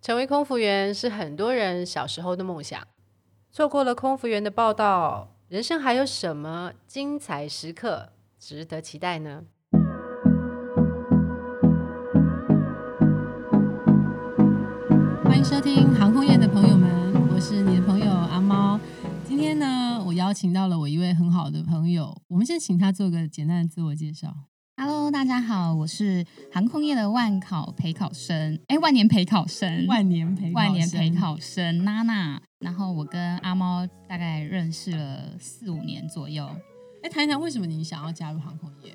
成为空服员是很多人小时候的梦想。错过了空服员的报道，人生还有什么精彩时刻值得期待呢？欢迎收听航空业的朋友们，我是你的朋友阿猫。今天呢，我邀请到了我一位很好的朋友，我们先请他做个简单的自我介绍。 Hello，大家好，我是航空业的万考陪考生，哎，万年陪考生，万年陪万年陪考生娜娜。然后我跟阿猫大概认识了四五年左右。哎，谈一谈为什么你想要加入航空业？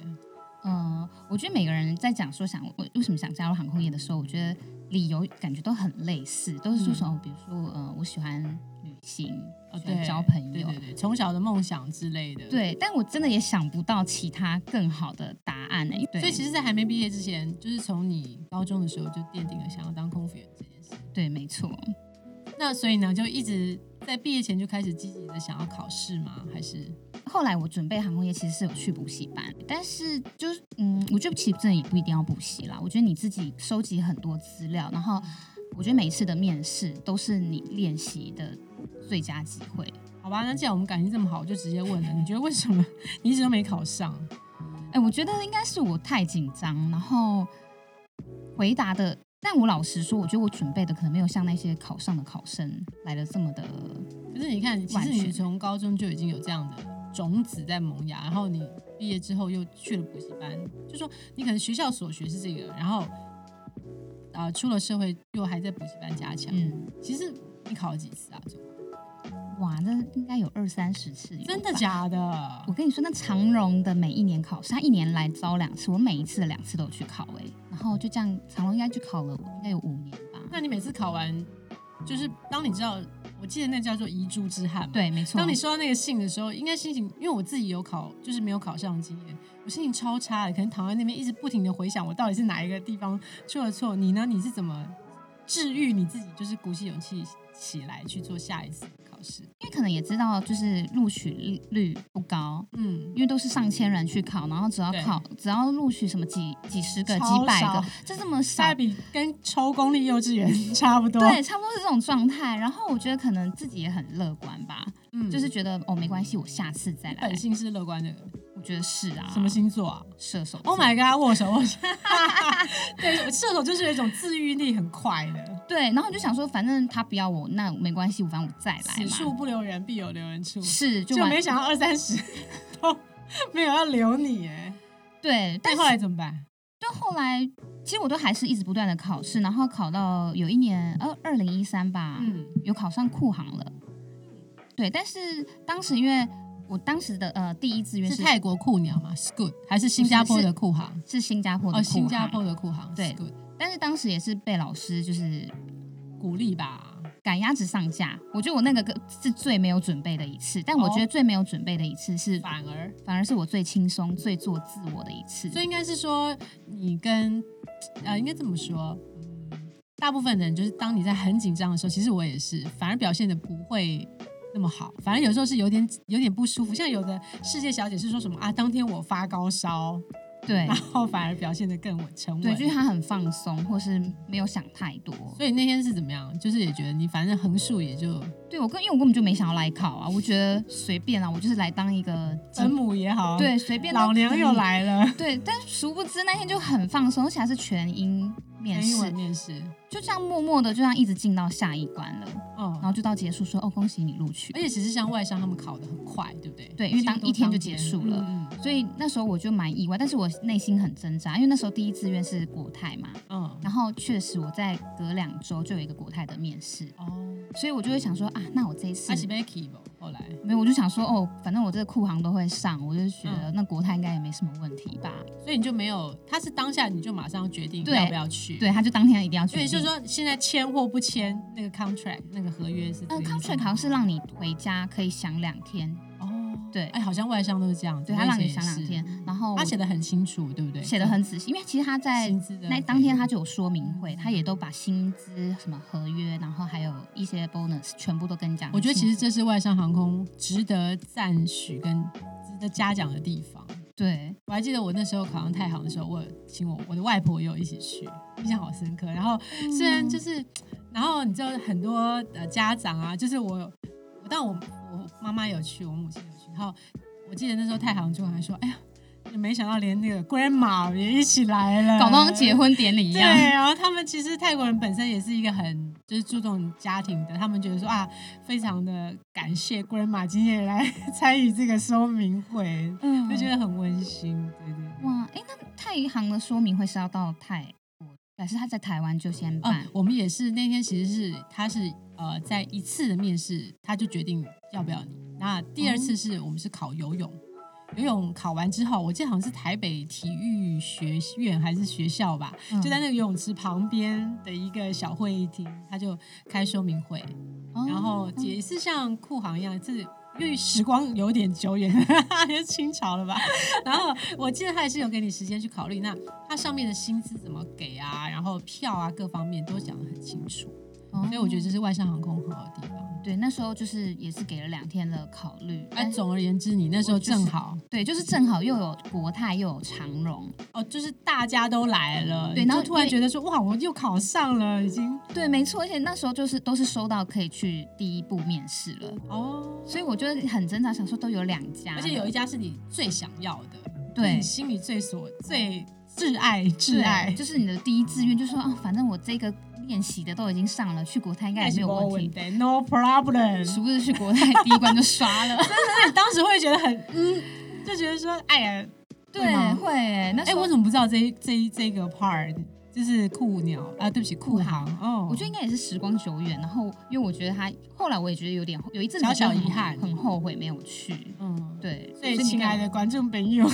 呃，我觉得每个人在讲说想为为什么想加入航空业的时候，我觉得理由感觉都很类似，都是嗯说什么，比如说呃，我喜欢旅行，哦，喜欢对，交朋友，对对对，从小的梦想之类的。，对但我真的也想不到其他更好的答案哎、对所以其实，在还没毕业之前，就是从你高中的时候就奠定了想要当空服员这件事。对，没错。那所以呢，就一直在毕业前就开始积极的想要考试吗？还是后来我准备航空业其实是有去补习班，但是就是嗯，我觉得其实真的也不一定要补习啦。我觉得你自己收集很多资料，然后我觉得每一次的面试都是你练习的最佳机会。好吧？那既然我们感情这么好，我就直接问了，你觉得为什么 你一直都没考上？哎，我觉得应该是我太紧张，然后回答的。但我老实说，我觉得我准备的可能没有像那些考上的考生来的这么的。可是你看，其完实全你从高中就已经有这样的种子在萌芽，然后你毕业之后又去了补习班，就说你可能学校所学是这个，然后啊、呃出了社会又还在补习班加强。嗯，其实你考了几次啊？总哇，那应该有二三十次有吧。真的假的？我跟你说，那长荣的每一年考试，他一年来招两次，我每一次两次都有去考哎、然后就这样，长荣应该去考了，应该有五年吧。 那你每次考完，就是当你知道，我记得那叫做遗珠之憾嘛。。对，没错。当你收到那个信的时候，应该心情，因为我自己有考，就是没有考上的经验，我心情超差的，可能躺在那边一直不停的回想，我到底是哪一个地方出了错？你呢？你是怎么治愈你自己，就是鼓起勇气起来去做下一次的考试？因为可能也知道，就是录取率率不高，嗯，因为都是上千人去考，然后只要对考，只要录取什么几几十个、超几百少个，就这么少大概。比跟抽公立幼稚园 差不多。对，差不多是这种状态。然后我觉得可能自己也很乐观吧，嗯，就是觉得哦没关系，我下次再来本。性是乐观的人。我觉得是啊，什么星座啊？射手座 Oh my god！握手握 手，对，射手就是有一种自愈力很快的，对，然后我就想说，反正他不要我，那没关系，我反正我再来此嘛。处不留人，必有留人处。是，就就完没想到二三 十都没有要留你哎，对，但但是后来怎么办？就后来，其实我都还是一直不断的考试，然后考到有一年呃二二零一三吧，嗯，有考上库航了。对，但是当时因为我当时的呃第一志愿是是泰国酷鸟吗？Scoot 还是新加坡的酷航？是新加坡的哦，库航新加坡，的酷航，对 Scoot，但是当时也是被老师就是鼓励吧。赶鸭子上架。我觉得我那个个是最没有准备的一次，但我哦觉得最没有准备的一次是、反而，反而是我最轻松、最做自我的一次。所以应该是说你跟呃，应该这么说，嗯，大部分人就是当你在很紧张的时候，其实我也是，反而表现的不会。那么好，反正有时候是有点有点不舒服，像有的世界小姐是说什么啊，当天我发高烧，对然后反而表现的更稳沉稳。对，就是他很放松，或是没有想太多。所以那天是怎么样？就是也觉得你反正横竖也就对我根因为我根本就没想要来考啊，我觉得随便啦，我就是来当一个分母也好，，对随便都呃老娘可以又来了，对，但殊不知那天就很放松，而且还是全英面英文试，面试，就这样默默的就这样一直进到下一关了，嗯然哦，后就到结束说哦恭喜你录取而，且其实像外商他们考的很快，对不对？对因为当几乎都一天就结束了当天嗯所以那时候我就蛮意外，但是我内心很挣扎，因为那时候第一志愿是国泰嘛，嗯，嗯然后确实我在隔两周就有一个国泰的面试，哦，所以我就会想说啊，那我这一次阿西贝奇吧，后来，没有，我就想说哦，反正我这个库航都会上，我就觉嗯得那国泰应该也没什么问题吧。所以你就没有，他是当下你就马上决定对要不要去，，对，他就当天一定要去。所以就是，说现在签或不签那个 contract 那个合约是这个嗯意思吗，contract 好像是让你回家可以享两天，哦，对哎，好像外商都是这样，对他让你享两天，，然后我他写的很清楚，对不对？写的很仔细，因为其实他在薪资的那当天他就有说明会，他也都把薪资、什么合约，然后还有一些 bonus 全部都跟你讲。我觉得其实这是外商航空值得赞许跟值得嘉奖的地方。对，我还记得我那时候考上太嗯行的时候，我有请我我的外婆也有一起去，印象好深刻。然后虽然就是是然后你知道很多呃家长啊，就是我，我但我我妈妈有去，我母亲有去，然后我记得那时候太行就还说，哎呀，也没想到连那个 grandma 也一起来了，搞到跟结婚典礼一对，样。然后他们其实泰国人本身也是一个很就是注重家庭的，他们觉得说啊，非常的感谢 grandma 今天也来参与这个说明会， 嗯就觉得很温馨，对对对。哇，哎，那太行的说明会是要到泰国，还是他在台湾就先哦办？，我们也是那天其实是他是呃在一次的面试他就决定要不要你，那第二次是我们是考游泳。游泳考完之后，我记得好像是台北体育学院还是学校吧，嗯哦就在那个游泳池旁边的一个小会议厅，他就开说明会，哦然后也是像酷航一样，是因为时光有点久远， 就清朝了吧。然后我记得他也是有给你时间去考虑，那它上面的薪资怎么给啊，然后票啊各方面都讲得很清楚，哦所以我觉得这是外商航空很好的地方。啊对，那时候就是也是给了两天的考虑，哎、但总而言之，你那时候正好、对，就是正好又有国泰又有长荣，哦，就是大家都来了，对你然就后突然因为觉得说哇，我又考上了，已经对，没错，而且那时候就是都是收到可以去第一步面试了，哦，所以我就很挣扎，想说都有两家了，而且有一家是你最想要的，对你心里最所最挚爱挚对爱，就是你的第一志愿，就说啊，反正我这个练习的都已经上了，去国泰应该也没有问题。题，no problem。 殊不知去国泰第一关就刷了，那你当时会觉得很嗯，就觉得说，哎呀，会对，吗会欸。那哎，时候我怎么不知道这一这一这个 part 就是酷鸟啊？对不起，酷航哦，我觉得应该也是时光久远，然后因为我觉得他后来我也觉得有点有一阵子小小就很遗憾很后悔没有去。嗯，对，所以亲爱的，的观众朋友，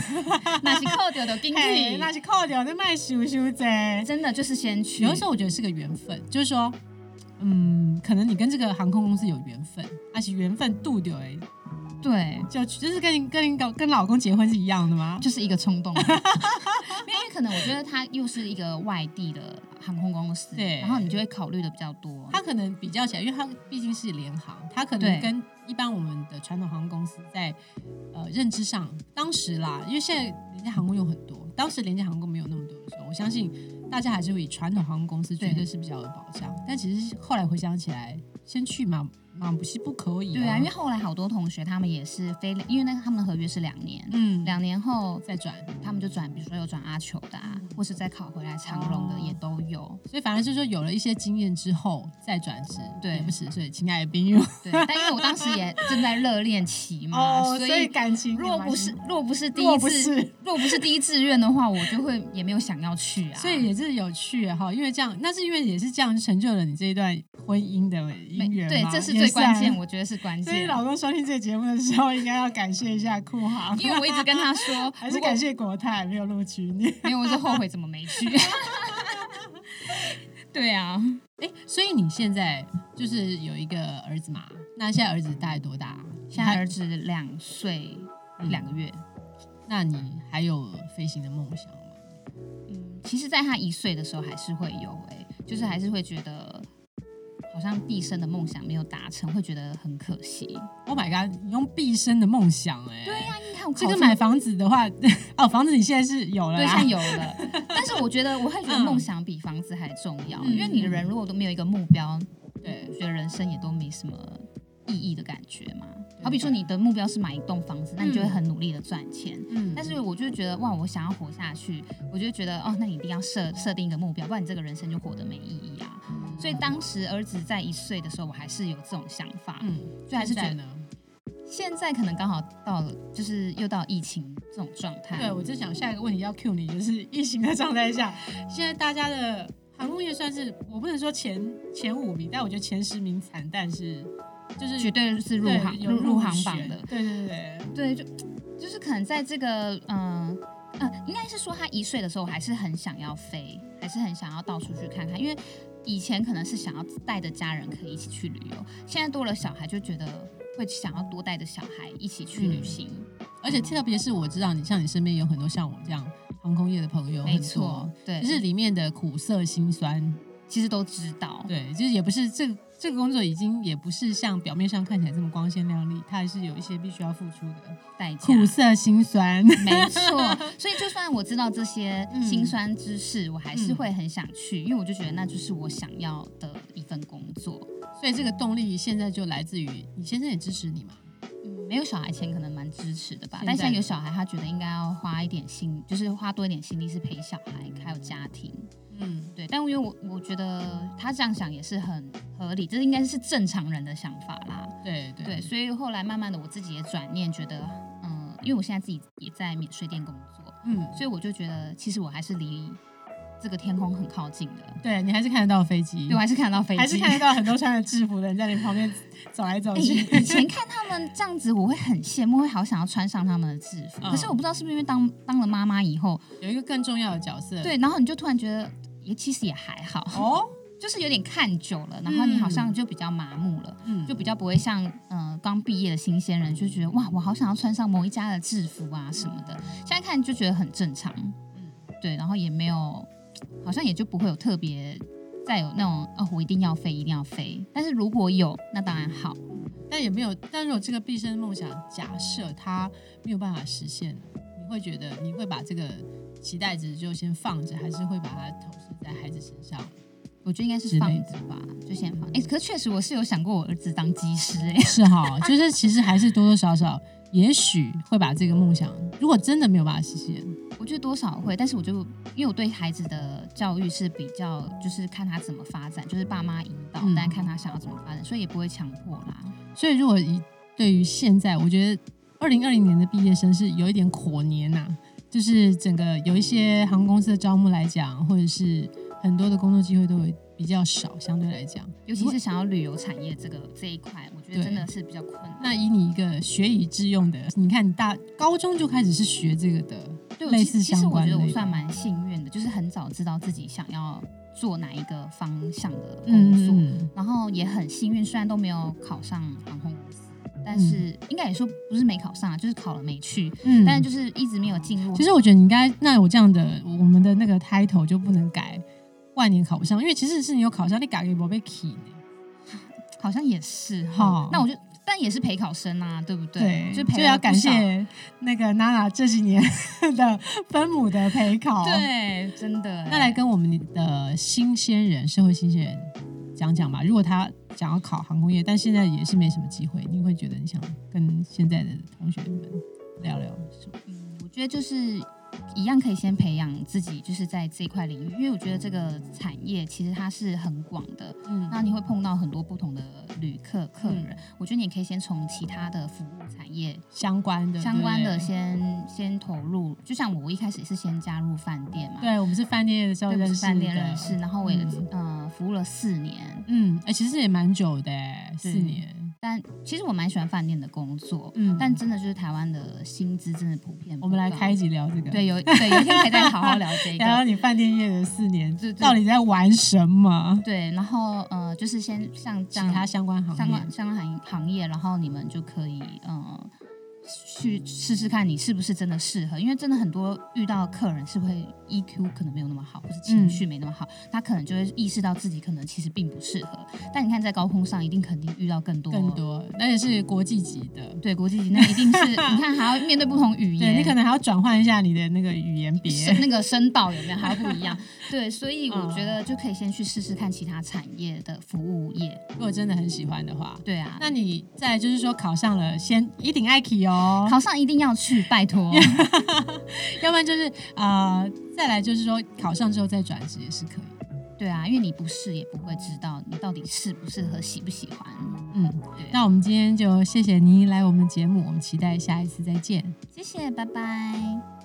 那是扣 掉的经嘿济，那是扣掉的卖羞羞者。真的就是先去。有的时候我觉得是个缘分，就是说，嗯，可能你跟这个航空公司有缘分，而且缘分度掉哎，对，就就是跟你跟你老跟老公结婚是一样的吗？就是一个冲动，没有 因为可能我觉得他又是一个外地的航空公司，对然后你就会考虑的比较多。它可能比较起来，因为它毕竟是联航，它可对能跟一般我们的传统航空公司在呃认知上，当时啦，因为现在廉价航空有很多，当时廉价航空没有那么多的时候，我相信大家还是会以传统航空公司对觉得是比较有保障。但其实后来回想起来，先去嘛嘛不是不可以、对啊，因为后来好多同学他们也是非，因为那个他们的合约是两年，嗯，两年后再转，他们就转，比如说有转阿球的、啊，或是再考回来长荣的哦也都有。所以反正就是说有了一些经验之后再转职，对也不迟。所以亲爱的宾友，对，但因为我当时也正在热恋期嘛，哦哦所感情若不啊是若不是第若一不次是若不是第一志愿的话，我就会也没有想要去啊。所以也是有趣哈，因为这样，那是因为也是这样成就了你这一段婚姻的没姻缘对嘛，这是也最关啊键，我觉得是关所以键。老公收听这节目的时候，应该要感谢一下酷航，因为我一直跟他 说，还如是果感谢国泰没有录取你。没有，我就后悔怎么 没去。对啊，哎，所以你现在就是有一个儿子嘛？那现在儿子大概多大？现在儿子两岁嗯两个月，那你还有飞行的梦想吗？嗯，其实，在他一岁的时候还是会有、哎，就是还是会觉得好像毕生的梦想没有达成，会觉得很可惜。 ？Oh my god！你用毕生的梦想哎、对呀、你看我这考个么买房子的话， 哦，房子你现在是有了对，啦现在，有 了，但是我觉得我会觉得啊嗯梦想比房子还重要，嗯因为你的人如果都没有一个目标，对我觉得人生也都没什么意义的感觉嘛。对好比说你的目标是买一栋房子，那你就会很努力的赚钱。嗯但是我就觉得哇，我想要活下去，我就觉得哦，那你一定要设设定一个目标，不然你这个人生就活得没意义啊。嗯所以当时儿子在一岁的时候，我还是有这种想法，嗯，就还是觉在得呢。现在可能刚好到了，就是又到疫情这种状态，对，我就想下一个问题要 Q 你，就是疫情的状态 下，现在大家的航空业算是我不能说前前五名，但我觉得前十名惨淡是就是绝对是入对行有入入行选榜的。对对对对，对，就就是可能在这个嗯。呃，应该是说他一岁的时候，我还是很想要飞，还是很想要到处去看看。因为以前可能是想要带着家人可以一起去旅游，现在多了小孩，就觉得会想要多带着小孩一起去嗯旅行。而且特别是我知道你像你身边有很多像我这样航空业的朋友，没很多错，，对，就是里面的苦涩辛酸，其实都知道。对，就是也不是这个这个工作已经也不是像表面上看起来这么光鲜亮丽，它还是有一些必须要付出的代价。苦涩辛酸。 没错，所以就算我知道这嗯些辛酸知识，我还是会很想去，因为我就觉得那就是我想要的一份工作。所以这个动力现在就来自于你先生也支持你嘛？嗯，没有小孩前可能蛮支持的吧，现在但现在有小孩，他觉得应该要花一点心，就是花多一点心力是陪小孩，还有家庭。嗯，对，但因为我我觉得他这样想也是很合理，这应该是正常人的想法啦。对啊对对，所以后来慢慢的我自己也转念，觉得嗯，因为我现在自己也在免税店工作，嗯，所以我就觉得其实我还是离这个天空很靠近的，对你还是看得到飞机，对我还是看得到飞机，还是看得到很多穿着制服的人在你旁边走来走哎去。以前看他们这样子，我会很羡慕，会好想要穿上他们的制服。嗯可是我不知道是不是因为当当了妈妈以后，有一个更重要的角色，对，然后你就突然觉得也其实也还好，哦， 就是有点看久了，然后你好像就比较麻木了，嗯，就比较不会像呃刚毕业的新鲜人就觉得哇，我好想要穿上某一家的制服啊什么的。现在看就觉得很正常，嗯对，然后也没有，好像也就不会有特别。再有那种哦，我一定要飞，一定要飞。但是如果有，那当然好。但也没有，但如果这个毕生梦想假设它没有办法实现，你会觉得你会把这个期待值就先放着，还是会把它投射在孩子身上？我觉得应该是放着吧，就先放。哎、可是确实我是有想过我儿子当技师、诶， 哎，是哈，就是其实还是多多少少，也许会把这个梦想，如果真的没有办法实现，我觉得多少会，但是我就因为我对孩子的教育是比较，就是看他怎么发展，就是爸妈引导，嗯但看他想要怎么发展，所以也不会强迫啦。所以如果以对于现在，我觉得二零二零年的毕业生是有一点火年呐、就是整个有一些航空公司的招募来讲，或者是很多的工作机会都有比较少，相对来讲。尤其是想要旅游产业这个这一块，我觉得对真的是比较困难。那以你一个学以致用的，你看你大高中就开始是学这个的，对，我类其似其实相我关觉的得我算蛮幸运的，就是很早知道自己想要做哪一个方向的工嗯作，嗯然后也很幸运，虽然都没有考上航空公司，但是应该也说不是没考上啊，就是考了没去，嗯但是就是一直没有进入。其实我觉得你应该，那我这样的我们的那个 title 就不能改，万年考不上，因为其实是你有考上，你改给我被 key 呢。好像也是哈哈，那我就但也是陪考生啊，对不对？对，就就陪要了不感少。谢那个娜娜这几年 的分母的陪考。，对，真的。哦那来跟我们的新鲜人、社会新鲜人讲讲吧。如果他想要考航空业，但现在也是没什么机会，你会觉得你想跟现在的同学们聊聊什么？嗯，我觉得就是一样可以先培养自己，就是在这一块领域，因为我觉得这个产业其实它是很广的，嗯那你会碰到很多不同的旅客客人。我觉得你可以先从其他的服务产业相关的相关的对不先先投入，就像我我一开始也是先加入饭店嘛，对，对我们是饭店业的时候对，我认是识饭店的认识，然后我也、嗯呃服务了四年，嗯，哎、其实也蛮久的，欸四对年。但其实我蛮喜欢饭店的工作，嗯但真的就是台湾的薪资真的普遍不我们来高开一集聊这个，对有对有一天可以再好好聊这 聊聊个。你饭店业的四年对，对到底在玩什么？对，然后呃，就是先像其这样他相关行业，相关相关行行业，然后你们就可以呃去试试看你是不是真的适合，因为真的很多遇到的客人是会 EQ 可能没有那么好，或是情绪没那么好，他可能就会意识到自己可能其实并不适合。但你看在高空上，一定肯定遇到更多更多，嗯而且是国际级的。对国际级，那一定是你看还要面对不同语 言，对你可能还要转换一下你的那个语言别，声那个声道有没有还不一样？对，所以我嗯觉得就可以先去试试看其他产业的服务业。如果真的很喜欢的话，对啊，那你再就是说考上了，先一定爱 k 哦，考上一定要去，拜托。要不然就是呃，再来就是说考上之后再转职也是可以。对啊，因为你不试也不会知道你到底适不适合、喜不喜欢。嗯对，那我们今天就谢谢您来我们节目，我们期待下一次再见。谢谢，拜拜。